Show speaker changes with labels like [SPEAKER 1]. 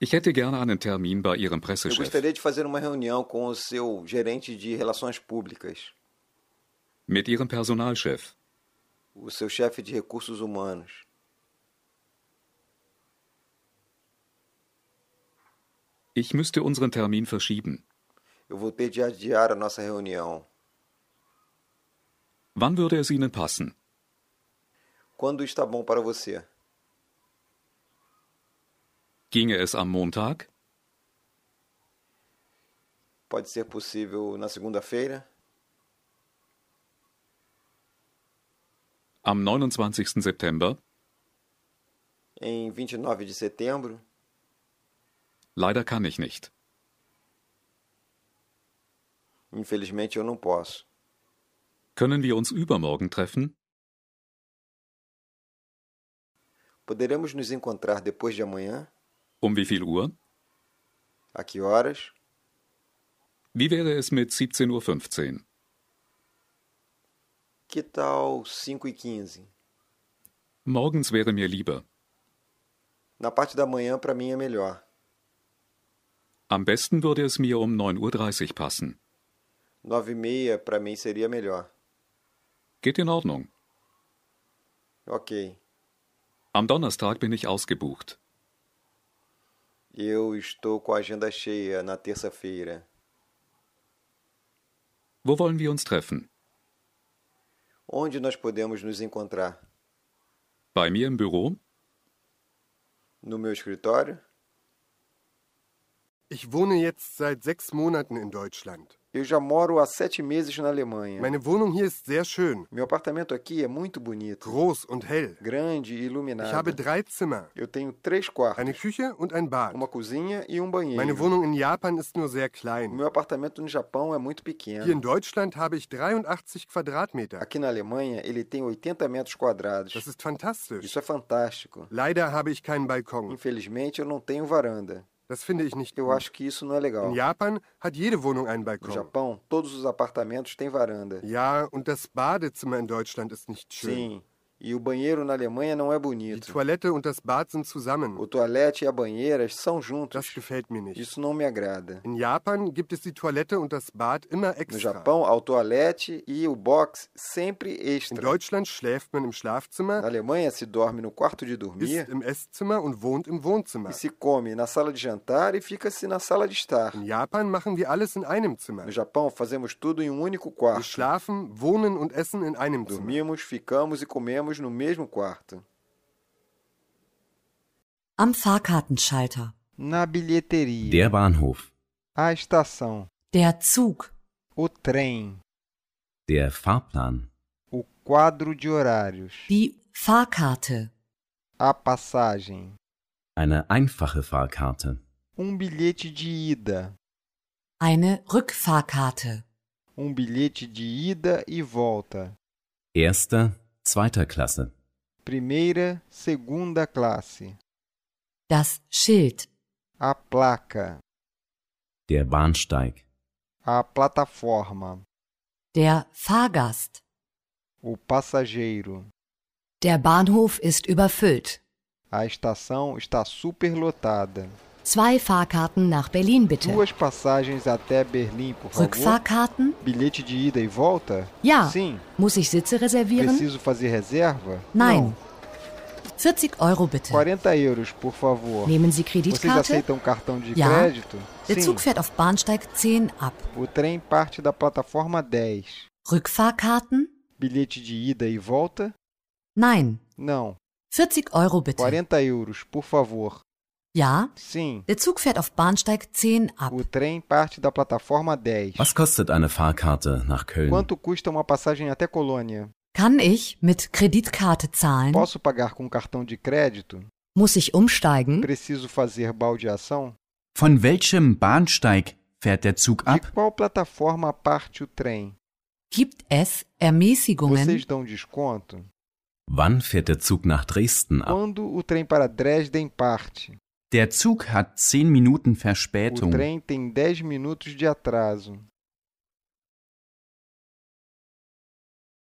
[SPEAKER 1] Ich hätte gerne einen Termin bei Ihrem
[SPEAKER 2] Eu
[SPEAKER 1] Pressechef.
[SPEAKER 2] gostaria de fazer uma reunião com o seu gerente de relações públicas,
[SPEAKER 1] Mit Ihrem Personalchef.
[SPEAKER 2] o seu chefe de recursos humanos.
[SPEAKER 1] Ich müsste unseren Termin verschieben.
[SPEAKER 2] Eu vou ter de adiar a nossa reunião.
[SPEAKER 1] Wann würde es Ihnen passen?
[SPEAKER 2] Quando está bom para você?
[SPEAKER 1] Ginge es am Montag?
[SPEAKER 2] Pode ser possível na segunda-feira?
[SPEAKER 1] Am 29. September?
[SPEAKER 2] Em 29 de setembro?
[SPEAKER 1] Leider kann ich nicht.
[SPEAKER 2] Infelizmente eu não posso.
[SPEAKER 1] Können wir uns übermorgen treffen?
[SPEAKER 2] Poderemos nos encontrar depois de amanhã?
[SPEAKER 1] Um wie viel Uhr?
[SPEAKER 2] A que horas?
[SPEAKER 1] Wie wäre es mit 17.15 Uhr?
[SPEAKER 2] Que tal 5 e 15?
[SPEAKER 1] Morgens wäre mir lieber.
[SPEAKER 2] Na parte da manhã, para mim, é melhor.
[SPEAKER 1] Am besten würde es mir um 9.30 Uhr passen.
[SPEAKER 2] 9 e meia, para mim, seria melhor.
[SPEAKER 1] Geht in Ordnung.
[SPEAKER 2] Ok.
[SPEAKER 1] Am Donnerstag bin ich ausgebucht.
[SPEAKER 2] Eu estou com a agenda cheia na terça-feira.
[SPEAKER 1] Wo wollen wir uns treffen?
[SPEAKER 2] Onde nós podemos nos encontrar?
[SPEAKER 1] Bei mir im Büro?
[SPEAKER 2] No meu escritório?
[SPEAKER 3] Ich wohne jetzt seit sechs Monaten in Deutschland.
[SPEAKER 2] Eu já moro há sete meses na Alemanha.
[SPEAKER 3] Meine Wohnung hier ist sehr schön,
[SPEAKER 2] Meu apartamento aqui é muito bonito,
[SPEAKER 3] groß und hell.
[SPEAKER 2] grande e
[SPEAKER 3] Ich habe
[SPEAKER 2] iluminado.
[SPEAKER 3] drei Zimmer,
[SPEAKER 2] Eu tenho três quartos,
[SPEAKER 3] eine Küche und ein Bad.
[SPEAKER 2] uma cozinha e um banheiro.
[SPEAKER 3] Meine Wohnung in Japan ist nur sehr
[SPEAKER 2] O
[SPEAKER 3] klein.
[SPEAKER 2] meu apartamento no Japão é muito
[SPEAKER 3] Hier
[SPEAKER 2] pequeno.
[SPEAKER 3] in Deutschland habe ich 83 Quadratmeter.
[SPEAKER 2] Aqui na Alemanha, ele tem 80 metros quadrados.
[SPEAKER 3] Das ist fantastisch.
[SPEAKER 2] Isso é fantástico.
[SPEAKER 3] Leider habe ich keinen Balkon.
[SPEAKER 2] Infelizmente, eu não tenho varanda.
[SPEAKER 3] Das finde ich nicht
[SPEAKER 2] Eu
[SPEAKER 3] gut.
[SPEAKER 2] acho que isso não é legal.
[SPEAKER 3] In Japan hat jede Wohnung einen
[SPEAKER 2] No
[SPEAKER 3] Balkon.
[SPEAKER 2] Japão, todos os apartamentos têm varanda.
[SPEAKER 3] Ja, und das Badezimmer in Deutschland ist nicht schön.
[SPEAKER 2] Sim. E o banheiro na Alemanha não é
[SPEAKER 3] Die
[SPEAKER 2] bonito.
[SPEAKER 3] Toilette und das Bad sind zusammen.
[SPEAKER 2] O toalete e a banheira são
[SPEAKER 3] Das
[SPEAKER 2] juntos.
[SPEAKER 3] gefällt mir nicht.
[SPEAKER 2] Isso não me agrada.
[SPEAKER 3] In Japan gibt es die Toilette und das Bad immer
[SPEAKER 2] No
[SPEAKER 3] extra.
[SPEAKER 2] Japão, ao toalete e o box sempre
[SPEAKER 3] In
[SPEAKER 2] extra.
[SPEAKER 3] Deutschland schläft man im
[SPEAKER 2] Na
[SPEAKER 3] Schlafzimmer,
[SPEAKER 2] Alemanha, se dorme no quarto de
[SPEAKER 3] isst
[SPEAKER 2] dormir
[SPEAKER 3] im Esszimmer und wohnt im Wohnzimmer.
[SPEAKER 2] e se come na sala de jantar e fica-se na sala de estar.
[SPEAKER 3] In Japan machen wir alles in einem Zimmer.
[SPEAKER 2] No Japão, fazemos tudo em um único
[SPEAKER 3] Wir
[SPEAKER 2] quarto.
[SPEAKER 3] schlafen, wohnen und essen in einem
[SPEAKER 2] Also
[SPEAKER 3] Zimmer.
[SPEAKER 2] Dormimos, ficamos e comemos no mesmo quarto.
[SPEAKER 4] Am Fahrkartenschalter.
[SPEAKER 2] Na bilheteria,
[SPEAKER 5] Der Bahnhof.
[SPEAKER 2] a estação,
[SPEAKER 4] Der Zug.
[SPEAKER 2] o trem,
[SPEAKER 5] Der Fahrplan.
[SPEAKER 2] o quadro de horários,
[SPEAKER 4] Die Fahrkarte.
[SPEAKER 2] a passagem,
[SPEAKER 5] Eine einfache Fahrkarte.
[SPEAKER 2] um bilhete de ida,
[SPEAKER 4] Eine Rückfahrkarte.
[SPEAKER 2] um bilhete de ida e volta,
[SPEAKER 5] Erster, zweiter Klasse.
[SPEAKER 2] primeira, segunda classe,
[SPEAKER 4] Das Schild.
[SPEAKER 2] a placa,
[SPEAKER 5] Der Bahnsteig.
[SPEAKER 2] a plataforma,
[SPEAKER 4] Der Fahrgast.
[SPEAKER 2] o passageiro.
[SPEAKER 4] Der Bahnhof ist überfüllt.
[SPEAKER 2] A estação está superlotada.
[SPEAKER 4] Zwei Fahrkarten nach Berlin bitte.
[SPEAKER 2] Duas passagens até Berlim, por favor.
[SPEAKER 4] Rückfahrkarten?
[SPEAKER 2] Bilhete de ida e volta?
[SPEAKER 4] Ja.
[SPEAKER 2] Sim.
[SPEAKER 4] Muss ich Sitze reservieren?
[SPEAKER 2] Preciso fazer reserva?
[SPEAKER 4] né? Nein.
[SPEAKER 2] Não.
[SPEAKER 4] 40 Euro bitte.
[SPEAKER 2] 40 euros, por favor.
[SPEAKER 4] Nehmen Sie
[SPEAKER 2] Vocês
[SPEAKER 4] Kreditkarte?
[SPEAKER 2] aceitam cartão de
[SPEAKER 4] Ja.
[SPEAKER 2] crédito?
[SPEAKER 4] Der
[SPEAKER 2] Sim.
[SPEAKER 4] Zug fährt auf Bahnsteig 10 ab.
[SPEAKER 2] O trem parte da plataforma 10.
[SPEAKER 4] Rückfahrkarten?
[SPEAKER 2] Bilhete de ida e volta?
[SPEAKER 4] Nein.
[SPEAKER 2] Não.
[SPEAKER 4] 40 Euro bitte.
[SPEAKER 2] 40 euros, por favor.
[SPEAKER 4] Ja?
[SPEAKER 2] Sim.
[SPEAKER 4] Der Zug fährt auf Bahnsteig 10 ab.
[SPEAKER 2] O trem parte da plataforma 10.
[SPEAKER 5] Was kostet eine Fahrkarte nach Köln?
[SPEAKER 2] Quanto custa uma passagem até Colônia?
[SPEAKER 4] Kann ich mit Kreditkarte zahlen?
[SPEAKER 2] Posso pagar com cartão de crédito?
[SPEAKER 4] Muss ich umsteigen?
[SPEAKER 2] Preciso fazer baldeação?
[SPEAKER 6] Von welchem Bahnsteig fährt der Zug
[SPEAKER 5] Ah.
[SPEAKER 2] De
[SPEAKER 6] ab?
[SPEAKER 2] qual plataforma parte o trem?
[SPEAKER 4] Gibt es Ermäßigungen?
[SPEAKER 2] Vocês dão desconto?
[SPEAKER 5] Wann fährt der Zug nach Dresden ab?
[SPEAKER 2] Quando o trem para Dresden parte?
[SPEAKER 6] Der Zug hat zehn Minuten
[SPEAKER 2] O
[SPEAKER 5] um.
[SPEAKER 6] Verspätung.
[SPEAKER 2] trem tem 10 minutos de atraso.